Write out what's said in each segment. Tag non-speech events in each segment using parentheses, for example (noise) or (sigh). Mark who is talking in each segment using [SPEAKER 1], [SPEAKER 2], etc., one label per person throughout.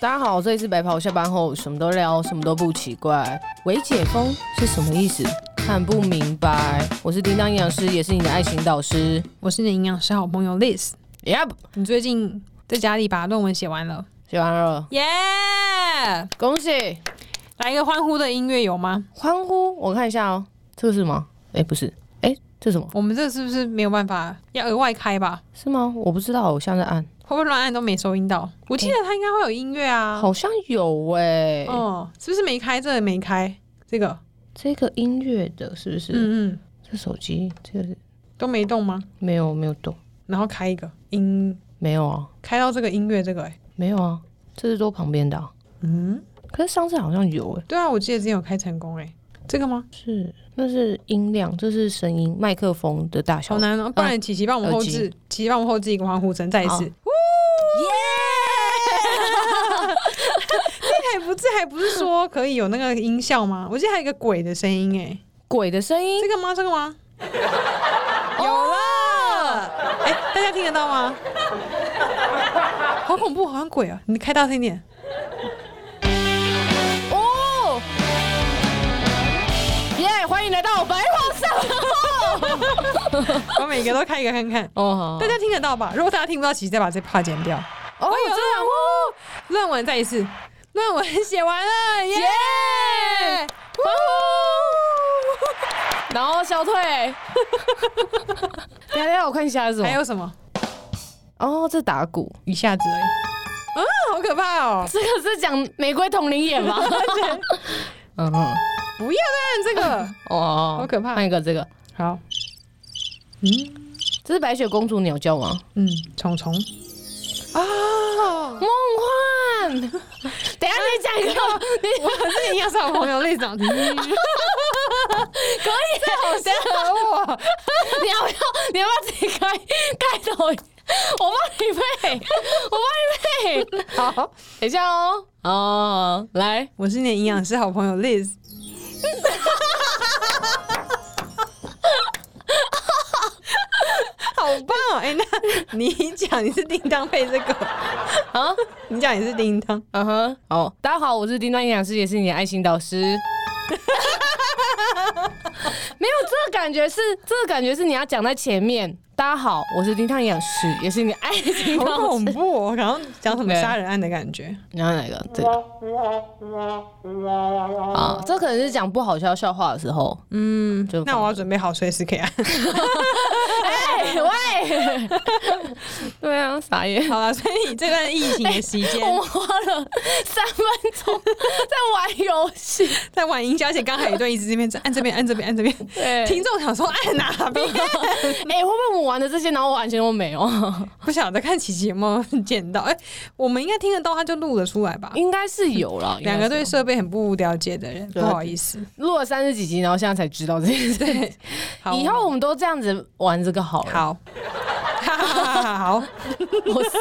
[SPEAKER 1] 大家好，这里是白袍下班后，什么都聊，什么都不奇怪。微解封是什么意思？看不明白。我是叮当营养师，也是你的爱情导师。
[SPEAKER 2] 我是你的营养师好朋友 Liz。
[SPEAKER 1] Yep，
[SPEAKER 2] 你最近在家里把论文写完了，
[SPEAKER 1] 写完了，
[SPEAKER 2] 耶、
[SPEAKER 1] 恭喜
[SPEAKER 2] 来一个欢呼的音乐有吗？
[SPEAKER 1] 欢呼！我看一下哦，这个是吗？哎、不是，哎、这是什么？
[SPEAKER 2] 我们这是不是没有办法要额外开吧？
[SPEAKER 1] 是吗？我不知道，我现在在按，
[SPEAKER 2] 会不会乱按都没收音到？我记得它应该会有音乐啊。
[SPEAKER 1] 好像有哎、
[SPEAKER 2] 哦，是不是没开？这个没开，这个，
[SPEAKER 1] 这个音乐的是不是？
[SPEAKER 2] 嗯嗯，
[SPEAKER 1] 这手机这个是
[SPEAKER 2] 都没动吗？
[SPEAKER 1] 没有没有动，
[SPEAKER 2] 然后开一个音，
[SPEAKER 1] 没有啊，
[SPEAKER 2] 开到这个音乐这个、欸，
[SPEAKER 1] 没有啊，这是都旁边的、啊。
[SPEAKER 2] 嗯，
[SPEAKER 1] 可是上次好像有哎、
[SPEAKER 2] 对啊，我记得之前有开成功、欸，这个吗？
[SPEAKER 1] 是，那是音量，这是声音，麦克风的大小。
[SPEAKER 2] 好难哦，不然琪琪帮我们后
[SPEAKER 1] 耳
[SPEAKER 2] 置，琪琪帮我们后置一个欢呼声，再一次，
[SPEAKER 1] 好
[SPEAKER 2] 呜耶！ (laughs) 那哎还不是还不是说可以有那个音效吗？我记得还有一个鬼的声音，哎，
[SPEAKER 1] 鬼的声音
[SPEAKER 2] 这个吗？这个吗？有了，哎，大家听得到吗？好恐怖，好像鬼啊！你开大声一点，
[SPEAKER 1] 哦，耶、欢迎来到白皇上。
[SPEAKER 2] 我每个都开一个看看，
[SPEAKER 1] 哦，好
[SPEAKER 2] 大家听得到吧？如果大家听不到，其实再把这 part 剪掉。哎
[SPEAKER 1] 哦，
[SPEAKER 2] 我有
[SPEAKER 1] 这样
[SPEAKER 2] 呼，论文再一次，论文写完了，耶、
[SPEAKER 1] 耶
[SPEAKER 2] 呼！
[SPEAKER 1] (laughs) 然后小腿， (laughs) 等一下等一下，我看一下是什
[SPEAKER 2] 还
[SPEAKER 1] 么。
[SPEAKER 2] 有什么？
[SPEAKER 1] 哦，这打鼓，
[SPEAKER 2] 一下子而已。啊，好可怕哦！
[SPEAKER 1] 这个是讲玫瑰同龄眼 (laughs) 吗？嗯嗯，
[SPEAKER 2] 不要再按这个。
[SPEAKER 1] 哦，
[SPEAKER 2] 好可怕
[SPEAKER 1] 换一个这个，
[SPEAKER 2] 好，嗯
[SPEAKER 1] 这是白雪公主鸟叫吗？
[SPEAKER 2] 嗯，虫虫 (laughs) 啊，
[SPEAKER 1] 梦幻， (laughs) 等一下你讲一个，你
[SPEAKER 2] (laughs) 我是营养师好朋友啊类长，好
[SPEAKER 1] 可以，好像
[SPEAKER 2] 啊合我。
[SPEAKER 1] 你要不要？你要不要自己开开头？我帮你配，我帮你配。
[SPEAKER 2] 好，
[SPEAKER 1] 等一下哦，哦，来，
[SPEAKER 2] 我是你的营养师好朋友 Liz。好棒哦！哎、那你讲你是叮当配这个，
[SPEAKER 1] 啊，
[SPEAKER 2] 你讲你是叮当，
[SPEAKER 1] 嗯哼，好，大家好，我是叮当营养师，也是你的爱心导
[SPEAKER 2] (laughs)
[SPEAKER 1] 师。没有，这个感觉是，这个感觉是你要讲在前面。大家好，我是叮当营养师，也是你的爱心
[SPEAKER 2] 好
[SPEAKER 1] 导
[SPEAKER 2] 恐
[SPEAKER 1] 师。
[SPEAKER 2] 怖、哦！然后讲什么杀人案的感觉，
[SPEAKER 1] 你要哪个？这个啊，这可能是讲不好笑笑话的时候。
[SPEAKER 2] 哦嗯
[SPEAKER 1] 就，
[SPEAKER 2] 那我要准备好随时可以按。啊
[SPEAKER 1] 哎喂，对啊，傻眼。
[SPEAKER 2] 好了，所以你这段疫情的期 (laughs) 间
[SPEAKER 1] 我们花了三分钟在玩游
[SPEAKER 2] (laughs)
[SPEAKER 1] 戏，
[SPEAKER 2] 在玩营销，而且刚才有一段一直这边按这边按这边按这边，
[SPEAKER 1] 对
[SPEAKER 2] 听众想说按哪边？ (laughs)
[SPEAKER 1] 哎、会不会我们玩的这些，然后完全都没有？
[SPEAKER 2] 不晓得看琪琪有没有见到？哎、我们应该听得到，他就录得出来吧？
[SPEAKER 1] 应该是有了，
[SPEAKER 2] (laughs) 两个对设备很不了解的人，不
[SPEAKER 1] 对
[SPEAKER 2] 好意思。
[SPEAKER 1] 录了三十几集，然后现在才知道这件事。对，
[SPEAKER 2] 好
[SPEAKER 1] 以后我们都这样子玩这个好了。
[SPEAKER 2] 好，好， (laughs)
[SPEAKER 1] 我傻，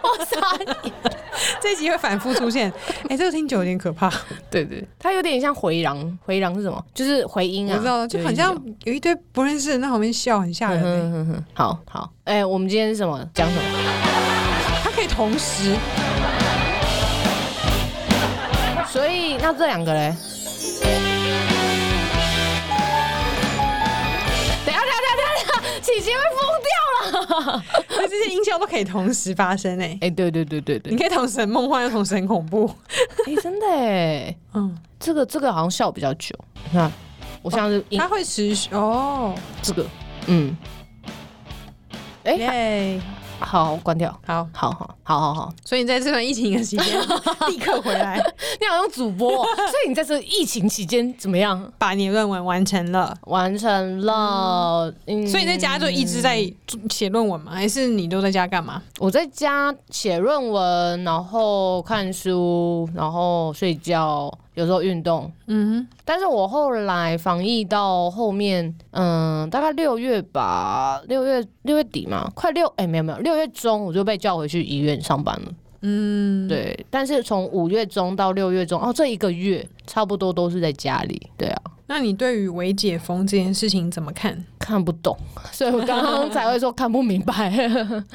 [SPEAKER 1] 我傻眼。
[SPEAKER 2] (laughs) 这集会反复出现。哎、这个听久有点可怕，
[SPEAKER 1] 对对，它有点像回廊，回廊是什么？就是回音啊，
[SPEAKER 2] 我知道，就
[SPEAKER 1] 对
[SPEAKER 2] 好像有一堆不认识的人在旁边笑，很吓
[SPEAKER 1] 嗯
[SPEAKER 2] 人、
[SPEAKER 1] 哼
[SPEAKER 2] 欸。
[SPEAKER 1] 嗯哼，好好，哎、我们今天是什么讲什么？
[SPEAKER 2] 欸他可以同时，
[SPEAKER 1] 所以那这两个嘞？等一下，等一下，等一下，等一下，琪琪会疯掉了。
[SPEAKER 2] 所以这些音效都可以同时发生哎、
[SPEAKER 1] 哎、对对对对对
[SPEAKER 2] 你，可以同时很梦幻，又同时很恐怖。
[SPEAKER 1] 哎、真的哎，
[SPEAKER 2] 嗯，
[SPEAKER 1] 这个这个好像笑比较久。你看，我像是音、
[SPEAKER 2] 它会持续哦，
[SPEAKER 1] 这个，嗯，哎、
[SPEAKER 2] 耶！
[SPEAKER 1] 好，关掉。
[SPEAKER 2] 好，
[SPEAKER 1] 好好好好好，
[SPEAKER 2] 所以你在这段疫情的期间 (laughs) 立刻回来，
[SPEAKER 1] 你好像主播 (laughs) 哦、所以你在这疫情期间怎么样？
[SPEAKER 2] 把你的论文完成了。
[SPEAKER 1] 完成了，嗯
[SPEAKER 2] 所以你在家就一直在写论文吗？还是你都在家干嘛？
[SPEAKER 1] 我在家写论文，然后看书，然后睡觉，有时候运动。
[SPEAKER 2] 嗯
[SPEAKER 1] 但是我后来防疫到后面，嗯，大概六月吧，六月六月底嘛，快六哎、没有没有，六月中我就被叫回去医院上班了。
[SPEAKER 2] 嗯，
[SPEAKER 1] 对，但是从五月中到六月中，哦，这一个月差不多都是在家里。对啊，
[SPEAKER 2] 那你对于微解封这件事情怎么看？
[SPEAKER 1] 看不懂，所以我刚刚才会说看不明白。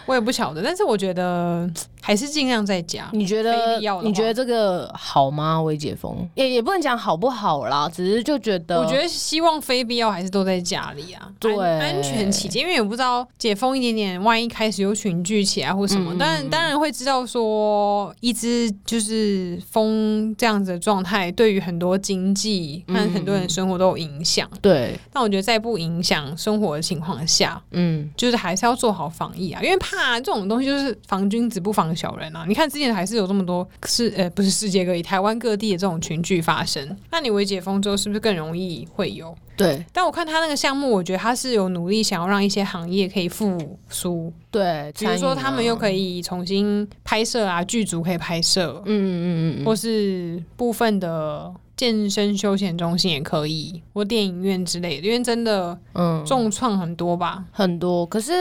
[SPEAKER 2] 我也不晓得，但是我觉得还是尽量在家。
[SPEAKER 1] 你觉
[SPEAKER 2] 啊非
[SPEAKER 1] 得
[SPEAKER 2] 必要的话
[SPEAKER 1] 你觉得这个好吗？微解封也也不能讲好不好啦，只是就觉得
[SPEAKER 2] 我觉得希望非必要还是都在家里啊，
[SPEAKER 1] 对
[SPEAKER 2] 安安全起见，因为也不知道解封一点点，万一开始有群聚起来或什么，
[SPEAKER 1] 嗯嗯
[SPEAKER 2] 当然当然会知道说，一直就是封这样子的状态，对于很多经济和
[SPEAKER 1] 嗯嗯嗯
[SPEAKER 2] 很多人生活都有影响。
[SPEAKER 1] 对，
[SPEAKER 2] 但我觉得在不影响生活的情况下，
[SPEAKER 1] 嗯，
[SPEAKER 2] 就是还是要做好防疫啊，因为怕这种东西就是防君子不防小人啊。你看之前还是有这么多世呃不是世界各地，台湾各地的这种群聚发生，那你为解封之后是不是更容易会有？
[SPEAKER 1] 对
[SPEAKER 2] 但我看他那个项目，我觉得他是有努力想要让一些行业可以复苏，啊
[SPEAKER 1] 对，啊
[SPEAKER 2] 比如说他们又
[SPEAKER 1] 以，
[SPEAKER 2] 可以重新拍摄啊，剧组可以拍摄，
[SPEAKER 1] 嗯嗯嗯嗯
[SPEAKER 2] 或是部分的健身休闲中心也可以，或电影院之类的，因为真的
[SPEAKER 1] 嗯，
[SPEAKER 2] 重创很多吧。
[SPEAKER 1] 很多，可是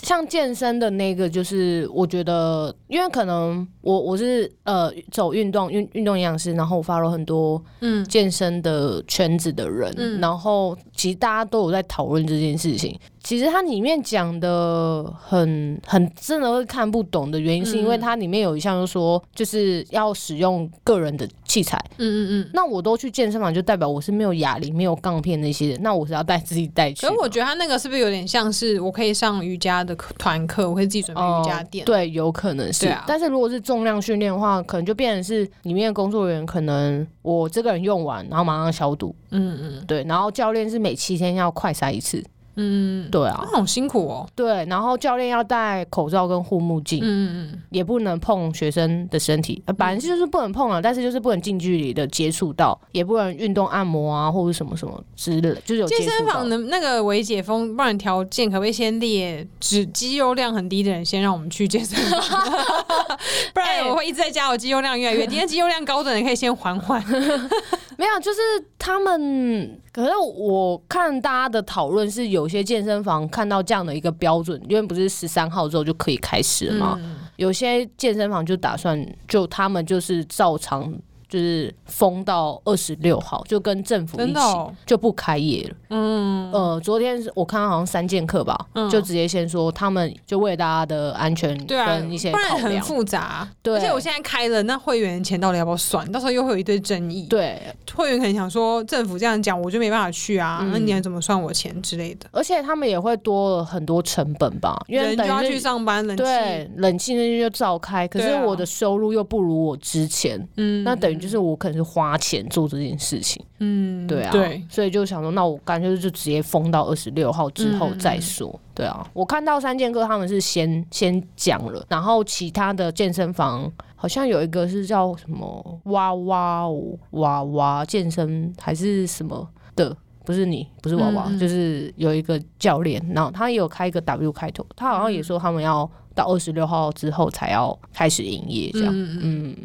[SPEAKER 1] 像健身的那个，就是我觉得，因为可能我我是呃走运动运运动营养师，然后我发了很多
[SPEAKER 2] 嗯
[SPEAKER 1] 健身的圈子的人，
[SPEAKER 2] 嗯
[SPEAKER 1] 然后其实大家都有在讨论这件事情。其实它里面讲的很很真的会看不懂的原因，是因为
[SPEAKER 2] 嗯
[SPEAKER 1] 它里面有一项就说就是要使用个人的器材，
[SPEAKER 2] 嗯嗯嗯。
[SPEAKER 1] 那我都去健身房，就代表我是没有哑铃、没有杠片那些的，那我是要带自己带去
[SPEAKER 2] 可
[SPEAKER 1] 吗。
[SPEAKER 2] 是我觉得他那个是不是有点像是我可以上瑜伽的课团课，我可以自己准备瑜伽垫？
[SPEAKER 1] 哦对，有可能是。
[SPEAKER 2] 对啊
[SPEAKER 1] 但是如果是重量训练的话，可能就变成是里面的工作人员可能我这个人用完，然后马上消毒，
[SPEAKER 2] 嗯嗯
[SPEAKER 1] 对，然后教练是每七天要快筛一次，
[SPEAKER 2] 嗯，
[SPEAKER 1] 对
[SPEAKER 2] 他
[SPEAKER 1] 啊，
[SPEAKER 2] 好辛苦哦。
[SPEAKER 1] 对，然后教练要戴口罩跟护目镜。
[SPEAKER 2] 嗯嗯嗯，
[SPEAKER 1] 也不能碰学生的身体，呃，反正就是不能碰啊了，但是就是不能近距离的接触到，也不能运动按摩啊，或者什么什么之类的，就是有
[SPEAKER 2] 健
[SPEAKER 1] 接
[SPEAKER 2] 身
[SPEAKER 1] 触到
[SPEAKER 2] 房能那个微解封，不然条件可不可以先列，只肌肉量很低的人先让我们去健身房， (laughs)
[SPEAKER 1] (laughs) 哎
[SPEAKER 2] 不然我会一直在家，我肌肉量越来越低。但肌肉量高的人可以先缓缓。
[SPEAKER 1] (laughs) 没有，就是他们。可是我看大家的讨论是，有些健身房看到这样的一个标准，因为不是十三号之后就可以开始了嘛，
[SPEAKER 2] 嗯
[SPEAKER 1] 有些健身房就打算就他们就是照常就是封到二十六号，就跟政府一
[SPEAKER 2] (laughs) 真
[SPEAKER 1] 起、
[SPEAKER 2] 的哦
[SPEAKER 1] 就不开业了。
[SPEAKER 2] 嗯
[SPEAKER 1] 呃，昨天我看到好像三剑客吧，
[SPEAKER 2] 嗯
[SPEAKER 1] 就直接先说他们就为了大家的安全
[SPEAKER 2] 对啊，
[SPEAKER 1] 跟一些
[SPEAKER 2] 不然
[SPEAKER 1] 考
[SPEAKER 2] 很
[SPEAKER 1] 量，
[SPEAKER 2] 复杂。
[SPEAKER 1] 对
[SPEAKER 2] 而且我现在开了，那会员钱到底要不要算？到时候又会有一堆争议。
[SPEAKER 1] 对，
[SPEAKER 2] 会员可能想说，政府这样讲，我就没办法去啊，
[SPEAKER 1] 嗯
[SPEAKER 2] 那你还怎么算我钱之类的？
[SPEAKER 1] 而且他们也会多了很多成本吧，因为
[SPEAKER 2] 人就
[SPEAKER 1] 等
[SPEAKER 2] 要
[SPEAKER 1] 于是
[SPEAKER 2] 去上班，人气，
[SPEAKER 1] 对，冷气那些就照开，可是
[SPEAKER 2] 对啊
[SPEAKER 1] 我的收入又不如我之前，
[SPEAKER 2] 嗯
[SPEAKER 1] 那等于就是我可能是花钱做这件事情，
[SPEAKER 2] 嗯，
[SPEAKER 1] 对啊，
[SPEAKER 2] 对，
[SPEAKER 1] 所以就想说，那我干脆就直接封到二十六号之后再
[SPEAKER 2] 嗯
[SPEAKER 1] 说，对啊，我看到三剑哥他们是先先讲了，然后其他的健身房好像有一个是叫什么哇哇哦娃娃健身还是什么的。不是你，不是娃娃，
[SPEAKER 2] 嗯嗯
[SPEAKER 1] 就是有一个教练，然后他也有开一个 W 开头，他好像也说他们要到二十六号之后才要开始营业，这样，
[SPEAKER 2] 嗯
[SPEAKER 1] 嗯，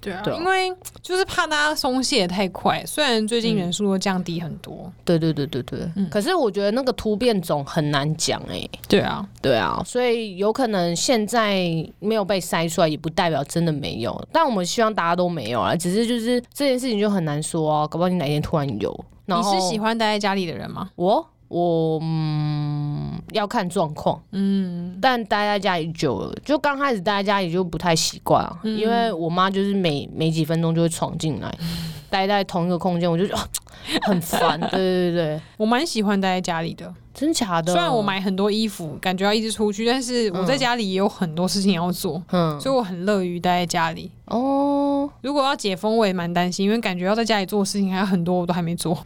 [SPEAKER 2] 对啊，
[SPEAKER 1] 对啊
[SPEAKER 2] 因为就是怕大家松懈得太快，虽然最
[SPEAKER 1] 嗯
[SPEAKER 2] 近人数都降低很多。
[SPEAKER 1] 对对对对对。
[SPEAKER 2] 嗯
[SPEAKER 1] 可是我觉得那个突变种很难讲哎、
[SPEAKER 2] 对啊，
[SPEAKER 1] 对啊，所以有可能现在没有被筛出来，也不代表真的没有。但我们希望大家都没有啊，只是就是这件事情就很难说啊，搞不好你哪一天突然有。然
[SPEAKER 2] 你
[SPEAKER 1] 后
[SPEAKER 2] 是喜欢待在家里的人吗？
[SPEAKER 1] 我？我嗯，要看状况。
[SPEAKER 2] 嗯，
[SPEAKER 1] 但待在家里久了，就刚开始待在家里就不太习惯啊，
[SPEAKER 2] 嗯
[SPEAKER 1] 因为我妈就是每每几分钟就会闯进
[SPEAKER 2] (laughs)
[SPEAKER 1] 来，待在同一个空间，我就觉得、啊很烦。对对对对，
[SPEAKER 2] 我蛮喜欢待在家里的，
[SPEAKER 1] 真假的？
[SPEAKER 2] 虽然我买很多衣服，感觉要一直出去，但是我在家里也有很多事情要做，
[SPEAKER 1] 嗯
[SPEAKER 2] 所以我很乐于待在家里。
[SPEAKER 1] 哦，
[SPEAKER 2] 如果要解封，我也蛮担心，因为感觉要在家里做的事情还有很多，我都还没做。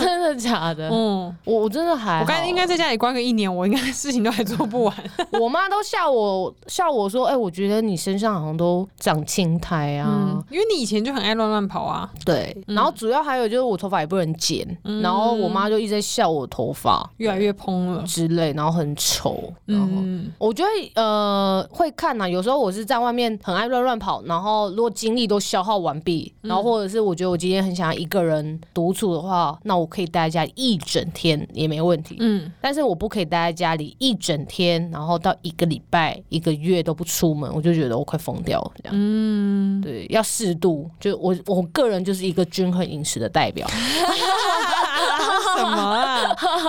[SPEAKER 1] 真的假
[SPEAKER 2] (laughs)
[SPEAKER 1] 的？
[SPEAKER 2] 嗯，
[SPEAKER 1] 我我真的还好
[SPEAKER 2] 我刚才应该在家里关个一年，我应该 (laughs) 事情都还做不完。
[SPEAKER 1] 我妈都笑我笑我说，哎、我觉得你身上好像都长青苔啊。
[SPEAKER 2] 嗯，因为你以前就很爱乱乱跑啊。
[SPEAKER 1] 对，然后主要还有就是我头发也不能剪，
[SPEAKER 2] 嗯
[SPEAKER 1] 然后我妈就一直在笑我头发
[SPEAKER 2] 越来越蓬了。
[SPEAKER 1] 之类，然后很丑，然后。
[SPEAKER 2] 嗯，
[SPEAKER 1] 我觉得呃会看呐、有时候我是在外面很爱乱乱跑，然后如果精力都消耗完毕，
[SPEAKER 2] 嗯
[SPEAKER 1] 然后或者是我觉得我今天很想要一个人独处的话，那我可以待在家里一整天也没问题。
[SPEAKER 2] 嗯，
[SPEAKER 1] 但是我不可以待在家里一整天，然后到一个礼拜、一个月都不出门，我就觉得我快疯掉了。这样，嗯，对，要适度。就我我个人就是一个均衡饮食的代表， (laughs)
[SPEAKER 2] 什么啊？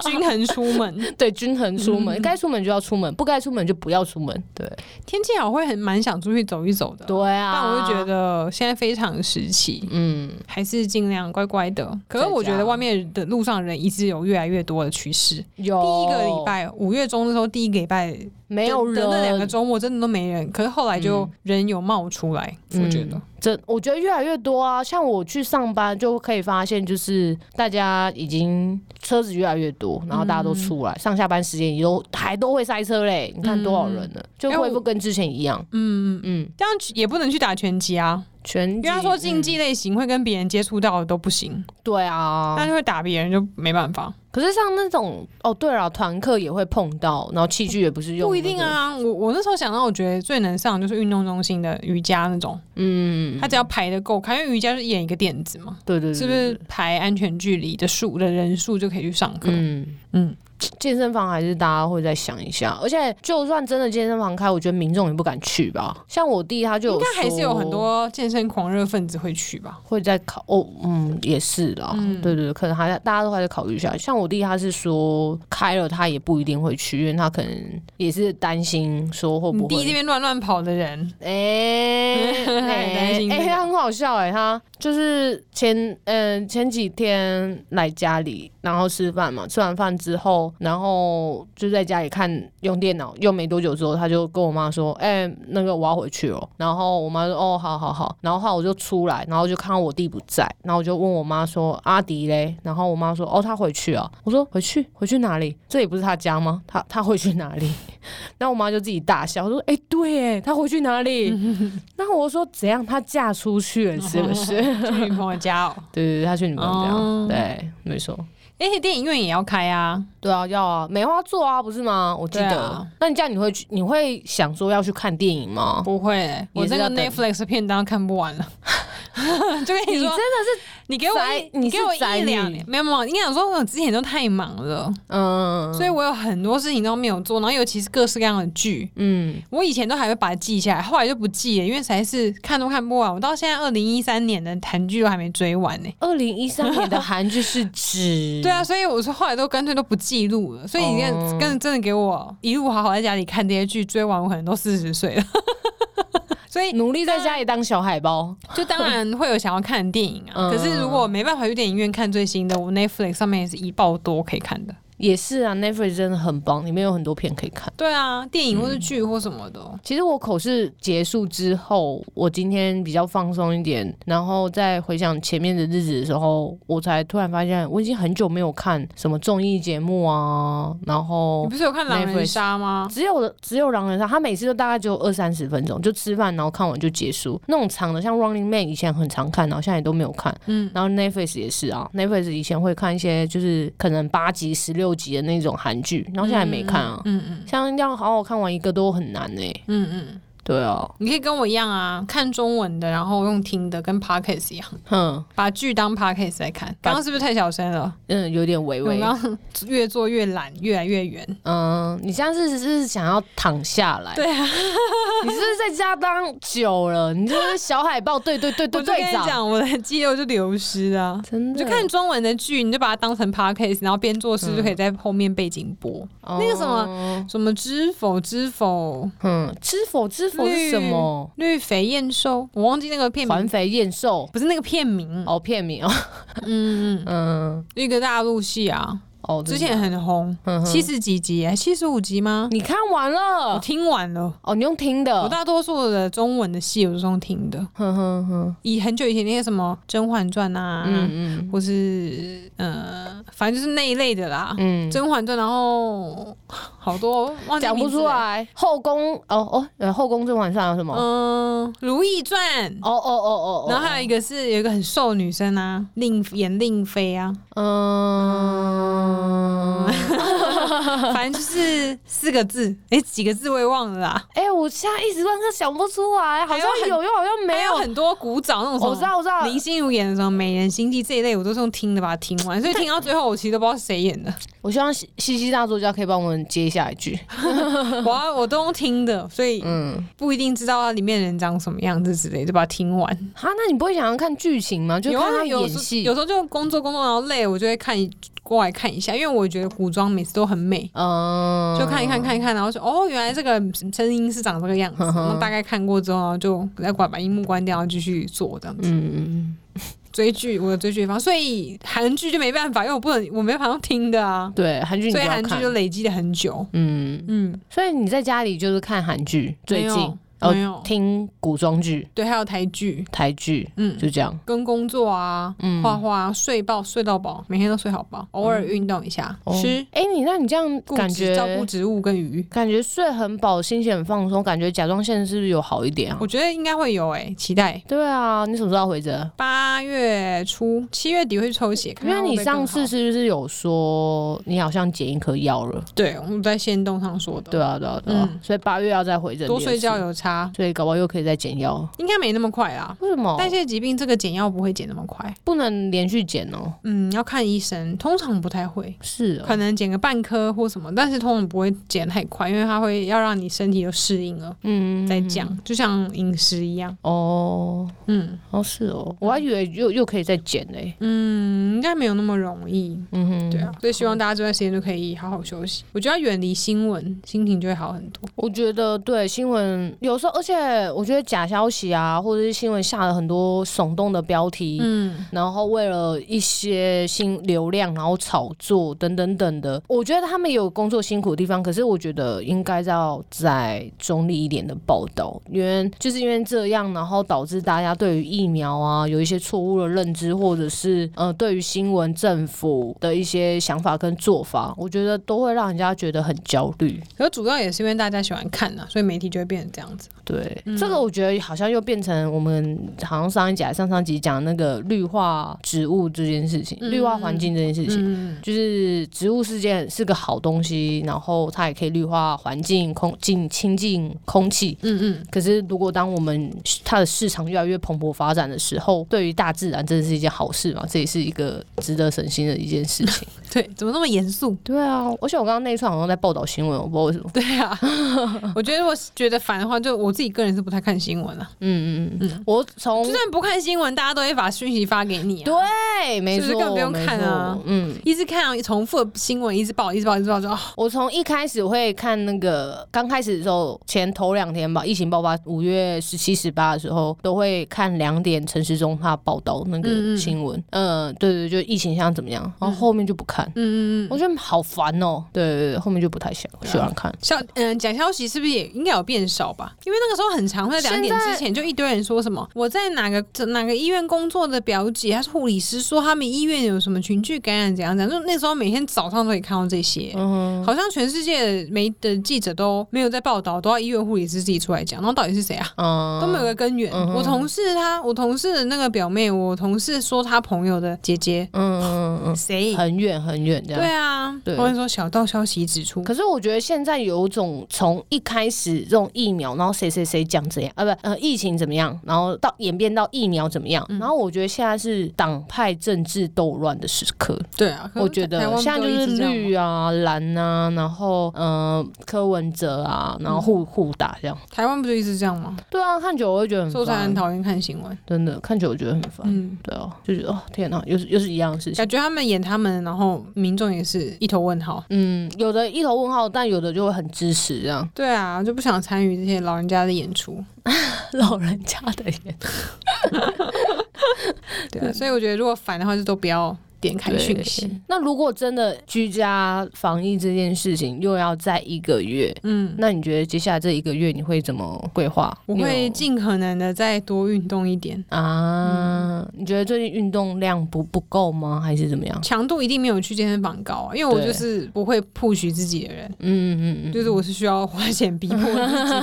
[SPEAKER 2] 均衡出门，
[SPEAKER 1] 对，均衡出门，该出门就要出门，不该出门就不要出门。对，
[SPEAKER 2] (laughs) 天气好会很蛮想出去走一走的。
[SPEAKER 1] 对啊。
[SPEAKER 2] 但我就觉，得现在非常时期，
[SPEAKER 1] 嗯，
[SPEAKER 2] 还是尽量乖乖的。可是我觉
[SPEAKER 1] 在
[SPEAKER 2] 得
[SPEAKER 1] 家
[SPEAKER 2] 外面的路上人一直有越来越多的趋势。
[SPEAKER 1] 有
[SPEAKER 2] 第一个礼拜五月中的时候，第一个礼拜
[SPEAKER 1] 哦没有人，
[SPEAKER 2] 的那两个周末真的都没人，可是后来就人有冒出来，我觉得
[SPEAKER 1] 嗯。这我觉得越来越多啊。像我去上班就可以发现，就是大家已经车子越来越多，然后大家都出来，上下班时间也都还都会塞车嘞。你看多少人呢？就恢复跟之前一样。
[SPEAKER 2] 嗯，
[SPEAKER 1] 嗯，
[SPEAKER 2] 这样也不能去打拳击啊，
[SPEAKER 1] 全因
[SPEAKER 2] 因为他说竞技类型会跟别人接触到的都不行，
[SPEAKER 1] 对啊，
[SPEAKER 2] 但是会打别人就没办法。
[SPEAKER 1] 可是像那种哦，对了，团课也会碰到，然后器具也不是用、
[SPEAKER 2] 不一定，啊，我我那时候想到，我觉得最能上就是运动中心的瑜伽那种，
[SPEAKER 1] 嗯，
[SPEAKER 2] 他只要排的够开，因为瑜伽是演一个垫子嘛，
[SPEAKER 1] 对对对，
[SPEAKER 2] 是不是排安全距离的数的人数就可以去上课？
[SPEAKER 1] 嗯
[SPEAKER 2] 嗯
[SPEAKER 1] 嗯，健身房还是大家会再想一下，而且就算真的健身房开，我觉得民众也不敢去吧。像我弟他就
[SPEAKER 2] 应
[SPEAKER 1] 有
[SPEAKER 2] 该还是
[SPEAKER 1] 说
[SPEAKER 2] 有很多健身狂热分子会去吧？
[SPEAKER 1] 会在考哦，嗯，也是啦，
[SPEAKER 2] 嗯
[SPEAKER 1] 对对对，可能还在大家都还在考虑一下。像我弟他是说开了他也不一定会去，因为他可能也是担心说会
[SPEAKER 2] 你
[SPEAKER 1] 不
[SPEAKER 2] 弟这
[SPEAKER 1] 会。
[SPEAKER 2] 边乱乱跑
[SPEAKER 1] (laughs)
[SPEAKER 2] 的人，
[SPEAKER 1] 哎哎
[SPEAKER 2] (laughs) 他很担心这个
[SPEAKER 1] 哎，他很好笑哎、他就是前嗯、前几天来家里，然后吃饭嘛，吃完饭之后，然后就在家里看用电脑，用没多久之后，他就跟我妈说，哎、那个我要回去哦，然后我妈说，哦，好好好，然后后来我就出来，然后就看到我弟不在，然后我就问我妈说，阿迪嘞？然后我妈说，哦，他回去啊，我说回去回去哪里？这也不是他家吗？他他回去哪里？然后我妈就自己大笑，我说：“哎、对，哎，她回去哪里？” (laughs) 然后我说：“怎样？她嫁出去了是不是？”
[SPEAKER 2] 去女朋友家哦。
[SPEAKER 1] 对对对，她去你们家，
[SPEAKER 2] 哦
[SPEAKER 1] 对，没错，
[SPEAKER 2] 而且电影院也要开啊，
[SPEAKER 1] 对啊，要啊，梅花座啊，不是吗？我记
[SPEAKER 2] 对
[SPEAKER 1] 得。
[SPEAKER 2] 啊
[SPEAKER 1] 那你这样你会去，你会想说要去看电影吗？
[SPEAKER 2] 不会、我
[SPEAKER 1] 也
[SPEAKER 2] 这
[SPEAKER 1] 是
[SPEAKER 2] 个
[SPEAKER 1] 要等
[SPEAKER 2] Netflix 片单看不完
[SPEAKER 1] (laughs)
[SPEAKER 2] 了，就跟你
[SPEAKER 1] 你真
[SPEAKER 2] 说，
[SPEAKER 1] 的
[SPEAKER 2] 你给我一
[SPEAKER 1] 宅你是
[SPEAKER 2] 给我
[SPEAKER 1] 宅
[SPEAKER 2] 一
[SPEAKER 1] 女
[SPEAKER 2] 两年，没有没有，应该想说我之前都太忙了，
[SPEAKER 1] 嗯，
[SPEAKER 2] 所以我有很多事情都没有做，然后尤其是各式各样的剧，
[SPEAKER 1] 嗯，
[SPEAKER 2] 我以前都还会把它记下来，后来就不记了，因为实在是看都看不完。我到现在二零一三年的韩剧都还没追完呢、
[SPEAKER 1] 二零一三年的韩剧是 (laughs) 指
[SPEAKER 2] 对啊，，所以我说后来都干脆都不记录了。所以你看，
[SPEAKER 1] 嗯哦
[SPEAKER 2] 跟真的给我一路好好在家里看这些剧，追完我可能都四十岁了。 (laughs) 所以
[SPEAKER 1] 努力在家里当小海包，
[SPEAKER 2] 就当然会有想要看的电影啊，
[SPEAKER 1] 嗯
[SPEAKER 2] 可是如果没办法去电影院看最新的，我 Netflix 上面也是一爆多可以看的。
[SPEAKER 1] 也是啊，Netflix 真的很棒，里面有很多片可以看。
[SPEAKER 2] 对啊，电影或
[SPEAKER 1] 嗯
[SPEAKER 2] 是剧或什么的，哦
[SPEAKER 1] 其实我口试结束之后，我今天比较放松一点，然后再回想前面的日子的时候，我才突然发现，我已经很久没有看什么综艺节目啊，然
[SPEAKER 2] 你
[SPEAKER 1] 后
[SPEAKER 2] 不是有看《狼人杀》吗？
[SPEAKER 1] 只有只有狼人杀，他每次都大概只有二三十分钟，就吃饭然后看完就结束。那种长的，像 Running Man 以前很常看，然后现在也都没有看。
[SPEAKER 2] 嗯，
[SPEAKER 1] 然后 Netflix 也是啊，Netflix 以前会看一些就是可能八集、十六集的那种韩剧，然后现在没看啊。
[SPEAKER 2] 嗯嗯
[SPEAKER 1] 像这样好好看完一个都很难呢、
[SPEAKER 2] 嗯嗯，
[SPEAKER 1] 对啊，
[SPEAKER 2] 你可以跟我一样啊，看中文的，然后用听的，跟 Podcast 一样，
[SPEAKER 1] 哼。
[SPEAKER 2] 把剧当 Podcast 来看。
[SPEAKER 1] 把
[SPEAKER 2] 刚刚是不是太小声了？
[SPEAKER 1] 嗯，有点微
[SPEAKER 2] 我
[SPEAKER 1] 微。
[SPEAKER 2] 刚刚越做越懒，越来越远。
[SPEAKER 1] 嗯，你现在是是想要躺下来？
[SPEAKER 2] 对
[SPEAKER 1] 啊， (laughs) 你是不是在家当久了？你就是小海豹，对对对
[SPEAKER 2] (laughs) 我
[SPEAKER 1] 对
[SPEAKER 2] 就跟
[SPEAKER 1] 对
[SPEAKER 2] 你
[SPEAKER 1] 长，
[SPEAKER 2] 讲，我的肌肉就流失啊。
[SPEAKER 1] 真
[SPEAKER 2] 你
[SPEAKER 1] 的
[SPEAKER 2] 就看中文的剧，你就把它当成 podcast，然后边做事就可以在后面背景播。
[SPEAKER 1] 那
[SPEAKER 2] 那个什么，什么知否知否，
[SPEAKER 1] 嗯，知否知否是什么？
[SPEAKER 2] 绿肥燕瘦，我忘记那个片
[SPEAKER 1] 环
[SPEAKER 2] 名，
[SPEAKER 1] 肥燕瘦
[SPEAKER 2] 不是那个片名。
[SPEAKER 1] 哦，片名哦，
[SPEAKER 2] 嗯嗯，
[SPEAKER 1] (laughs) 嗯
[SPEAKER 2] 一个大陆戏啊，
[SPEAKER 1] 哦，
[SPEAKER 2] 之前很红，
[SPEAKER 1] 嗯哼嗯
[SPEAKER 2] 七十几集、七十五集吗？
[SPEAKER 1] 你看完
[SPEAKER 2] 我
[SPEAKER 1] 了
[SPEAKER 2] 听完了。
[SPEAKER 1] 哦，你用听
[SPEAKER 2] 我
[SPEAKER 1] 的，
[SPEAKER 2] 大多数的中文的戏我都是用听的，
[SPEAKER 1] 哼哼哼，
[SPEAKER 2] 以很久以前那些什么《甄嬛传》啊，
[SPEAKER 1] 嗯嗯
[SPEAKER 2] 或是呃，反正就是那一类的啦，
[SPEAKER 1] 嗯，
[SPEAKER 2] 甄嬛传》，然后好多忘记
[SPEAKER 1] 讲不
[SPEAKER 2] 名字
[SPEAKER 1] 出
[SPEAKER 2] 了
[SPEAKER 1] 来。后宫哦哦，呃后宫甄嬛传有什么？哦
[SPEAKER 2] 嗯，《如懿传》
[SPEAKER 1] 哦哦哦，
[SPEAKER 2] 然后还有一个是有一个很瘦的女生啊，令演令
[SPEAKER 1] (laughs)
[SPEAKER 2] 妃啊， (laughs)
[SPEAKER 1] 嗯。
[SPEAKER 2] 反正就是四个字，哎、几个字我也忘了啦。
[SPEAKER 1] 哎、我现在一时半刻想不出来，好像
[SPEAKER 2] 还有很
[SPEAKER 1] 有又好像没
[SPEAKER 2] 还有
[SPEAKER 1] 有。
[SPEAKER 2] 很多古早那种什么，
[SPEAKER 1] 我知道，我知道，
[SPEAKER 2] 林心如演的什么《美人心计》这一类，我都是用听的把它听完，所以听到最后我其实都不知道谁演的。
[SPEAKER 1] 我我希望西西西大作家可以帮我们接下一
[SPEAKER 2] (laughs)
[SPEAKER 1] 句。 (laughs)
[SPEAKER 2] 我我都用听的，所
[SPEAKER 1] 嗯
[SPEAKER 2] 以不一定知道它里面人长什么样子之类，就把它听完。
[SPEAKER 1] 哈，那你不会想要看剧情吗？就
[SPEAKER 2] 有
[SPEAKER 1] 看
[SPEAKER 2] 啊，
[SPEAKER 1] 他
[SPEAKER 2] 有
[SPEAKER 1] 演
[SPEAKER 2] 时
[SPEAKER 1] 戏
[SPEAKER 2] 有。时候就工作工作然后累，我就会看一过来看一下，因为我觉得古装每次都很美。
[SPEAKER 1] 嗯，
[SPEAKER 2] 就看一看，看一看，然后说哦，原来这个声音是长这个样子。
[SPEAKER 1] 嗯哼
[SPEAKER 2] 然后大概看过之后，然后就再把把荧幕关掉，然后继续做这样子。
[SPEAKER 1] 嗯，嗯，
[SPEAKER 2] 追剧我的追剧方，所以韩剧就没办法，因为我不能，我没办法用听的啊
[SPEAKER 1] 嗯，对，韩剧你
[SPEAKER 2] 所
[SPEAKER 1] 就
[SPEAKER 2] 以
[SPEAKER 1] 要
[SPEAKER 2] 韩剧
[SPEAKER 1] 看
[SPEAKER 2] 就。累积了很久。
[SPEAKER 1] 嗯，
[SPEAKER 2] 嗯，
[SPEAKER 1] 所以你在家里就是看韩剧，最
[SPEAKER 2] 没有
[SPEAKER 1] 近哦
[SPEAKER 2] 没有
[SPEAKER 1] 听古装剧、
[SPEAKER 2] 对，还有台剧，
[SPEAKER 1] 台剧，
[SPEAKER 2] 嗯，
[SPEAKER 1] 就这样。
[SPEAKER 2] 跟工作啊
[SPEAKER 1] 嗯，
[SPEAKER 2] 画画、啊、睡爆睡到饱，每天都睡好饱，偶尔运动一下，
[SPEAKER 1] 哦
[SPEAKER 2] 吃，
[SPEAKER 1] 哎、你那你这样
[SPEAKER 2] 顾
[SPEAKER 1] 感
[SPEAKER 2] 植
[SPEAKER 1] 觉
[SPEAKER 2] 照顾植物跟鱼，
[SPEAKER 1] 感觉睡很饱，心情很放松，感觉甲状腺是不是有好一点啊
[SPEAKER 2] 我？觉得应该会有诶、期待。
[SPEAKER 1] 对啊，你什么时候要回诊？
[SPEAKER 2] 八月初、七月底会去抽血，看
[SPEAKER 1] 因为
[SPEAKER 2] 看会
[SPEAKER 1] 你
[SPEAKER 2] 啊不会更
[SPEAKER 1] 上次
[SPEAKER 2] 好
[SPEAKER 1] 是不是有说你好像减一颗药了？
[SPEAKER 2] 对我们在线动上说的，
[SPEAKER 1] 对啊，对啊，对啊，
[SPEAKER 2] 嗯
[SPEAKER 1] 所以八月要再回诊，
[SPEAKER 2] 多睡觉，有差，
[SPEAKER 1] 所以搞不好又可以再减药了。
[SPEAKER 2] 应该没那么快啦。
[SPEAKER 1] 为什么？
[SPEAKER 2] 代谢疾病这个减药不会减那么快，
[SPEAKER 1] 不能连续减哦、
[SPEAKER 2] 嗯，要看医生，通常不太会，
[SPEAKER 1] 是哦、
[SPEAKER 2] 可能减个半颗或什么，但是通常不会减太快，因为它会要让你身体有适应了
[SPEAKER 1] 嗯，
[SPEAKER 2] 再降，就像饮食一样，
[SPEAKER 1] 哦，
[SPEAKER 2] 嗯
[SPEAKER 1] 哦是哦、我还以为又又可以再减嘞、
[SPEAKER 2] 嗯，应该没有那么容易，
[SPEAKER 1] 嗯哼，
[SPEAKER 2] 对啊，所以希望大家这段时间都可以好好休息，我觉得要远离新闻，心情就会好很多，
[SPEAKER 1] 我觉得对新闻有时候，而且我觉得假消息啊，或者是新闻下了很多耸动的标题，
[SPEAKER 2] 嗯，
[SPEAKER 1] 然后为了一些新流量，然后炒作等等等的，我觉得他们也有工作辛苦的地方，可是我觉得应该要再中立一点的报道，因为就是因为这样，然后导致大家对于疫苗啊有一些错误的认知，或者是呃对于新闻政府的一些想法跟做法，我觉得都会让人家觉得很焦虑。
[SPEAKER 2] 可是主要也是因为大家喜欢看呐、啊所以媒体就会变成这样子，
[SPEAKER 1] 对，这个我觉得好像又变成我们好像上一集、还是上上集讲那个绿化植物这件事情，
[SPEAKER 2] 嗯
[SPEAKER 1] 绿化环境这件事情。
[SPEAKER 2] 嗯，
[SPEAKER 1] 就是植物是件是个好东西，然后它也可以绿化环境、空净清净空气。
[SPEAKER 2] 嗯嗯。
[SPEAKER 1] 可是如果当我们它的市场越来越蓬勃发展的时候，对于大自然真的是一件好事嘛？这也是一个值得省心的一件事情。
[SPEAKER 2] 对，怎么那么严肃？
[SPEAKER 1] (laughs) 对啊，而且我刚刚那一串好像在报道新闻，我不知道为什么。
[SPEAKER 2] (laughs) 对啊，我觉得我觉得烦的话，就我自己个人是不太看新闻了、
[SPEAKER 1] 嗯嗯嗯，我从
[SPEAKER 2] 就算不看新闻，大家都会把讯息发给你、啊。
[SPEAKER 1] 对，嗯没
[SPEAKER 2] 就是
[SPEAKER 1] 错，
[SPEAKER 2] 根本不用
[SPEAKER 1] 没
[SPEAKER 2] 看啊
[SPEAKER 1] 错嗯。
[SPEAKER 2] 一直看、啊、重复的新闻，一直报，一直报，一直报，就哦，
[SPEAKER 1] 我从一开始会看那个，刚开始的时候，前头两天吧，疫情爆发，五月十七、十八的时候，都会看两点陈时中他报道那
[SPEAKER 2] 嗯
[SPEAKER 1] 个
[SPEAKER 2] 嗯
[SPEAKER 1] 新闻，嗯、对对，就疫情现在怎么样，然后后面就不看，
[SPEAKER 2] 嗯嗯嗯。
[SPEAKER 1] 我觉得好烦哦、对对对，后面就不太想喜欢看。
[SPEAKER 2] 消嗯，讲消息是不是也应该有变少吧？因为那个时候很长，在两点
[SPEAKER 1] 现在
[SPEAKER 2] 之前就一堆人说什么我在哪个哪个医院工作的表姐，她是护理师，说他们医院有什么群聚感染怎样怎样，就那时候每天早上都可以看到这些。
[SPEAKER 1] 嗯
[SPEAKER 2] 好像全世界的媒的记者都没有在报道，都要医院护理师自己出来讲，那到底是谁啊？
[SPEAKER 1] 嗯，
[SPEAKER 2] 都没有个根源。
[SPEAKER 1] 嗯哼
[SPEAKER 2] 我同事他，我同事的那个表妹，我同事说他朋友的姐姐，
[SPEAKER 1] 嗯嗯嗯
[SPEAKER 2] 谁
[SPEAKER 1] 嗯，？很远很远这样。
[SPEAKER 2] 对啊，
[SPEAKER 1] 对
[SPEAKER 2] 我跟你说，小道消息指出，
[SPEAKER 1] 可是我觉得现在有种从一开始这种疫苗，然后谁谁谁讲怎样啊不呃疫情怎么样，然后到演变到疫苗怎么样，
[SPEAKER 2] 嗯
[SPEAKER 1] 然后我觉得现在是党派政治斗乱的时刻，
[SPEAKER 2] 对啊，可
[SPEAKER 1] 我觉
[SPEAKER 2] 台
[SPEAKER 1] 得
[SPEAKER 2] 湾
[SPEAKER 1] 现在
[SPEAKER 2] 不
[SPEAKER 1] 就
[SPEAKER 2] 一
[SPEAKER 1] 是
[SPEAKER 2] 直这样吗
[SPEAKER 1] 绿，啊蓝啊，然后嗯、呃、柯文哲啊，然
[SPEAKER 2] 嗯
[SPEAKER 1] 后互互打这样。
[SPEAKER 2] 台湾不就一直这样吗？
[SPEAKER 1] 对啊，看久了我会觉得很
[SPEAKER 2] 所以我才
[SPEAKER 1] 烦
[SPEAKER 2] 很，讨厌看新闻。
[SPEAKER 1] 真的看久了觉得很烦。
[SPEAKER 2] 嗯，
[SPEAKER 1] 对啊，就觉得哦天哪，又是又是一样的事情。
[SPEAKER 2] 感觉他们演他们，然后民众也是一头问号。
[SPEAKER 1] 嗯，有的一头问号，但有的就会很支持这
[SPEAKER 2] (laughs)
[SPEAKER 1] 样。
[SPEAKER 2] 对啊，就不想参与这些老人家的演出。
[SPEAKER 1] 老人家的也
[SPEAKER 2] 对啊，所以我觉得如果烦的话，就都不要点开
[SPEAKER 1] 对
[SPEAKER 2] 讯息。
[SPEAKER 1] 那如果真的居家防疫这件事情又要在一个月，
[SPEAKER 2] 嗯，
[SPEAKER 1] 那你觉得接下来这一个月你会怎么规划？
[SPEAKER 2] 我
[SPEAKER 1] 你有
[SPEAKER 2] 会尽可能的再多运动一点。
[SPEAKER 1] 啊、你觉得最近运动量不不够吗？还是怎么样？
[SPEAKER 2] 强度一定没有去健身房高啊，因为我
[SPEAKER 1] 对
[SPEAKER 2] 就是不会 push 自己的人，
[SPEAKER 1] 嗯嗯嗯。
[SPEAKER 2] (laughs) 就是我是需要花钱逼迫自己。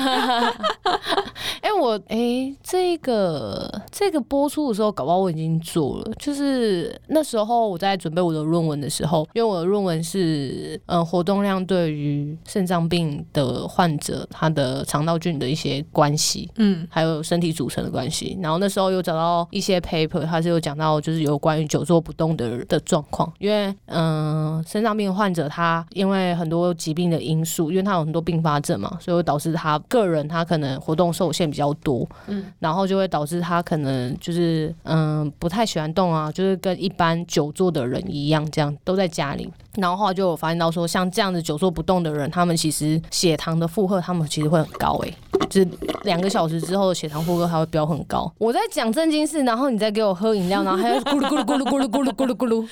[SPEAKER 1] 哎、哎、我哎、这个这个播出的时候，搞不好我已经做了。就是那时候我在准备我的论文的时候，因为我的论文是嗯、呃活动量对于肾脏病的患者他的肠道菌的一些关系，
[SPEAKER 2] 嗯
[SPEAKER 1] 还有身体组成的关系。然后那时候有找到一些 paper，它是有讲到就是有关于久坐不动的的状况，因为嗯、肾脏病患者他因为很多疾病的因素，因为他有很多并发症嘛，所以会导致他个人他可能活动受限比较多，
[SPEAKER 2] 嗯，
[SPEAKER 1] 然后就会导致他可能就是嗯、不太喜欢动啊，就是跟一般久坐的人一样，这样都在家里。然后后来就有发现到说，像这样子久坐不动的人，他们其实血糖的负荷，他们其实会很高诶、就是两个小时之后血糖负荷还会飙很高。我在讲正经事，然后你再给我喝饮料，然后还要咕噜咕噜咕噜咕噜咕噜咕噜咕噜。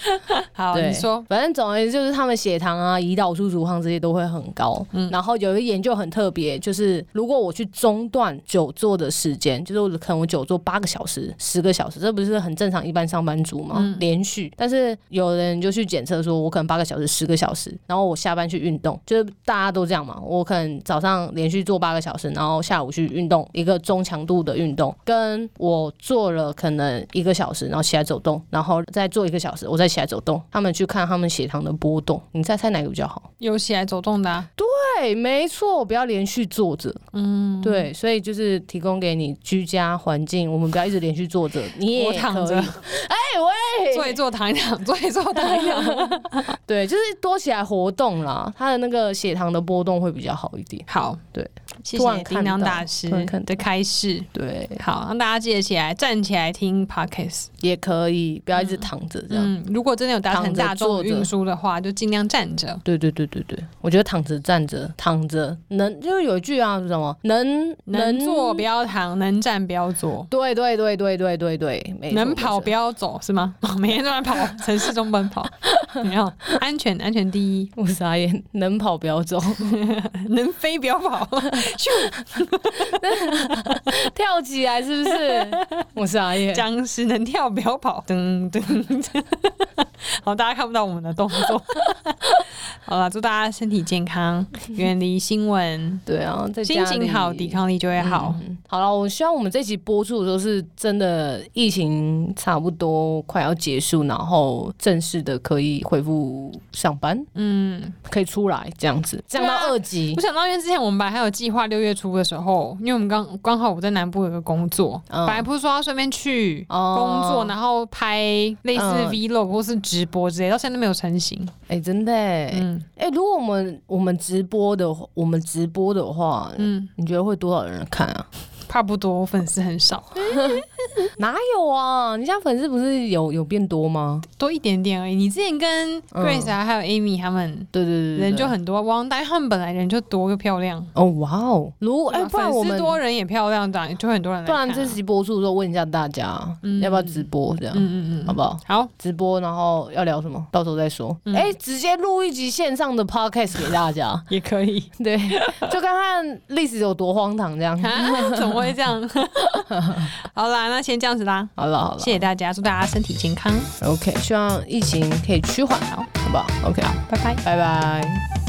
[SPEAKER 2] 好，
[SPEAKER 1] 对，
[SPEAKER 2] 你说，
[SPEAKER 1] 反正总而言之就是他们血糖啊、胰岛素阻抗这些都会很高。然后有一个研究很特别，就是如果我去中断久坐的时间，就是我可能我久坐八个小时、十个小时，这不是很正常一般上班族吗？连续，但是有人就去检测说，我可能八个小时、十个小时，然后我下班去运动，就是大家都这样嘛。我可能早上连续做八个小时，然后下午去运动一个中强度的运动，跟我做了可能一个小时，然后起来走动，然后再做一个小时，我再起来走动。他们去看他们血糖的波动，你再猜哪个比较好？
[SPEAKER 2] 有起来走动的、啊，
[SPEAKER 1] 对，没错，不要连续坐着。嗯，对，所以就是提供给你居家环境，我们不要一直连续坐着，你也
[SPEAKER 2] 我躺
[SPEAKER 1] 可
[SPEAKER 2] 着 (laughs) 哎
[SPEAKER 1] 以。喂
[SPEAKER 2] 坐一坐躺一躺，坐一坐躺一躺。
[SPEAKER 1] (laughs) 对，就是多起来活动啦，他的那个血糖的波动会比较好一点。
[SPEAKER 2] 好，
[SPEAKER 1] 对，
[SPEAKER 2] 谢
[SPEAKER 1] 突然
[SPEAKER 2] 谢
[SPEAKER 1] 看
[SPEAKER 2] 叮当
[SPEAKER 1] 到
[SPEAKER 2] 大师
[SPEAKER 1] 突然看到
[SPEAKER 2] 的开示。
[SPEAKER 1] 对，
[SPEAKER 2] 好，让大家记得起来，站起来听 podcast。
[SPEAKER 1] 也可以，不要一直躺着这样。
[SPEAKER 2] 嗯，如果真的有达成
[SPEAKER 1] 躺着
[SPEAKER 2] 大众
[SPEAKER 1] 坐着
[SPEAKER 2] 运输的话，就尽量站着。
[SPEAKER 1] 对对对对对，我觉得躺着、站着、躺着能，就是有一句啊，是什么能
[SPEAKER 2] 能坐不。要躺，能站不要坐，
[SPEAKER 1] 对对对对对对对，没错
[SPEAKER 2] 能跑
[SPEAKER 1] 没
[SPEAKER 2] 不
[SPEAKER 1] 错
[SPEAKER 2] 要走，是吗？ (laughs) 哦每天都在跑，城市中奔跑，没有安全，安全第一，
[SPEAKER 1] 我傻眼，能跑不
[SPEAKER 2] (laughs)
[SPEAKER 1] 要走，
[SPEAKER 2] 能飞不要跑，咻，
[SPEAKER 1] 跳起来是不
[SPEAKER 2] (laughs)
[SPEAKER 1] 是？我傻眼，
[SPEAKER 2] 僵尸能跳不要跑，噔噔噔。 (laughs) 好，大家看不到我们的动作。 (laughs) 好了，祝大家身体健康，远离新闻，
[SPEAKER 1] 对啊，在
[SPEAKER 2] 心
[SPEAKER 1] 家里
[SPEAKER 2] 情好，抵抗力就会好。
[SPEAKER 1] 嗯好了，我希望我们这期播出的时候是真的疫情差不多快要结束，然后正式的可以恢复上班，
[SPEAKER 2] 嗯，
[SPEAKER 1] 可以出来这样子，
[SPEAKER 2] 对
[SPEAKER 1] 降
[SPEAKER 2] 啊
[SPEAKER 1] 到二级
[SPEAKER 2] 我。想到，因为之前我们本来还有计划六月初的时候，因为我们刚刚好我在南部有个工作，
[SPEAKER 1] 嗯
[SPEAKER 2] 本来不是说要顺便去
[SPEAKER 1] 哦
[SPEAKER 2] 工作，然后拍类似
[SPEAKER 1] 嗯
[SPEAKER 2] vlog 或是直播之类，到现在都没有成型。
[SPEAKER 1] 哎、真的、欸，
[SPEAKER 2] 嗯
[SPEAKER 1] 哎、如果我们我们直播的话，我们直播的话，
[SPEAKER 2] 嗯，
[SPEAKER 1] 你觉得会多少人看啊？
[SPEAKER 2] 差不多粉丝很少，
[SPEAKER 1] 哪有啊？你现在粉丝不是有有变多吗？
[SPEAKER 2] 多一点点而已。你之前跟
[SPEAKER 1] 嗯
[SPEAKER 2] Grace 啊，还有 Amy 他们
[SPEAKER 1] 对对对对
[SPEAKER 2] 人就
[SPEAKER 1] 对
[SPEAKER 2] 很多，汪丹他们本来人就多又漂亮，
[SPEAKER 1] 哦，哇哦！如果哎、
[SPEAKER 2] 对吧啊
[SPEAKER 1] 不然我
[SPEAKER 2] 粉丝
[SPEAKER 1] 们
[SPEAKER 2] 多人也漂亮，当然就会很多人来
[SPEAKER 1] 不
[SPEAKER 2] 看啊。
[SPEAKER 1] 然这期播出的时候问一下大家，
[SPEAKER 2] 嗯
[SPEAKER 1] 要不要直播这样，
[SPEAKER 2] 嗯嗯
[SPEAKER 1] 好
[SPEAKER 2] 嗯，
[SPEAKER 1] 不好？
[SPEAKER 2] 好，
[SPEAKER 1] 直播，然后要聊什么，到时候再说。哎、
[SPEAKER 2] 嗯，
[SPEAKER 1] 直接录一集线上的 podcast 给大家
[SPEAKER 2] (laughs) 也可以。
[SPEAKER 1] 对，就看看历史有多荒唐这样。
[SPEAKER 2] 啊， (laughs) 怎么会这样？好啦，那先这样子啦。
[SPEAKER 1] 好了好了
[SPEAKER 2] 谢谢大家，祝大家身体健康，
[SPEAKER 1] 哦，OK，希望疫情可以趋缓，好不好？OK，
[SPEAKER 2] 拜拜。
[SPEAKER 1] 拜拜。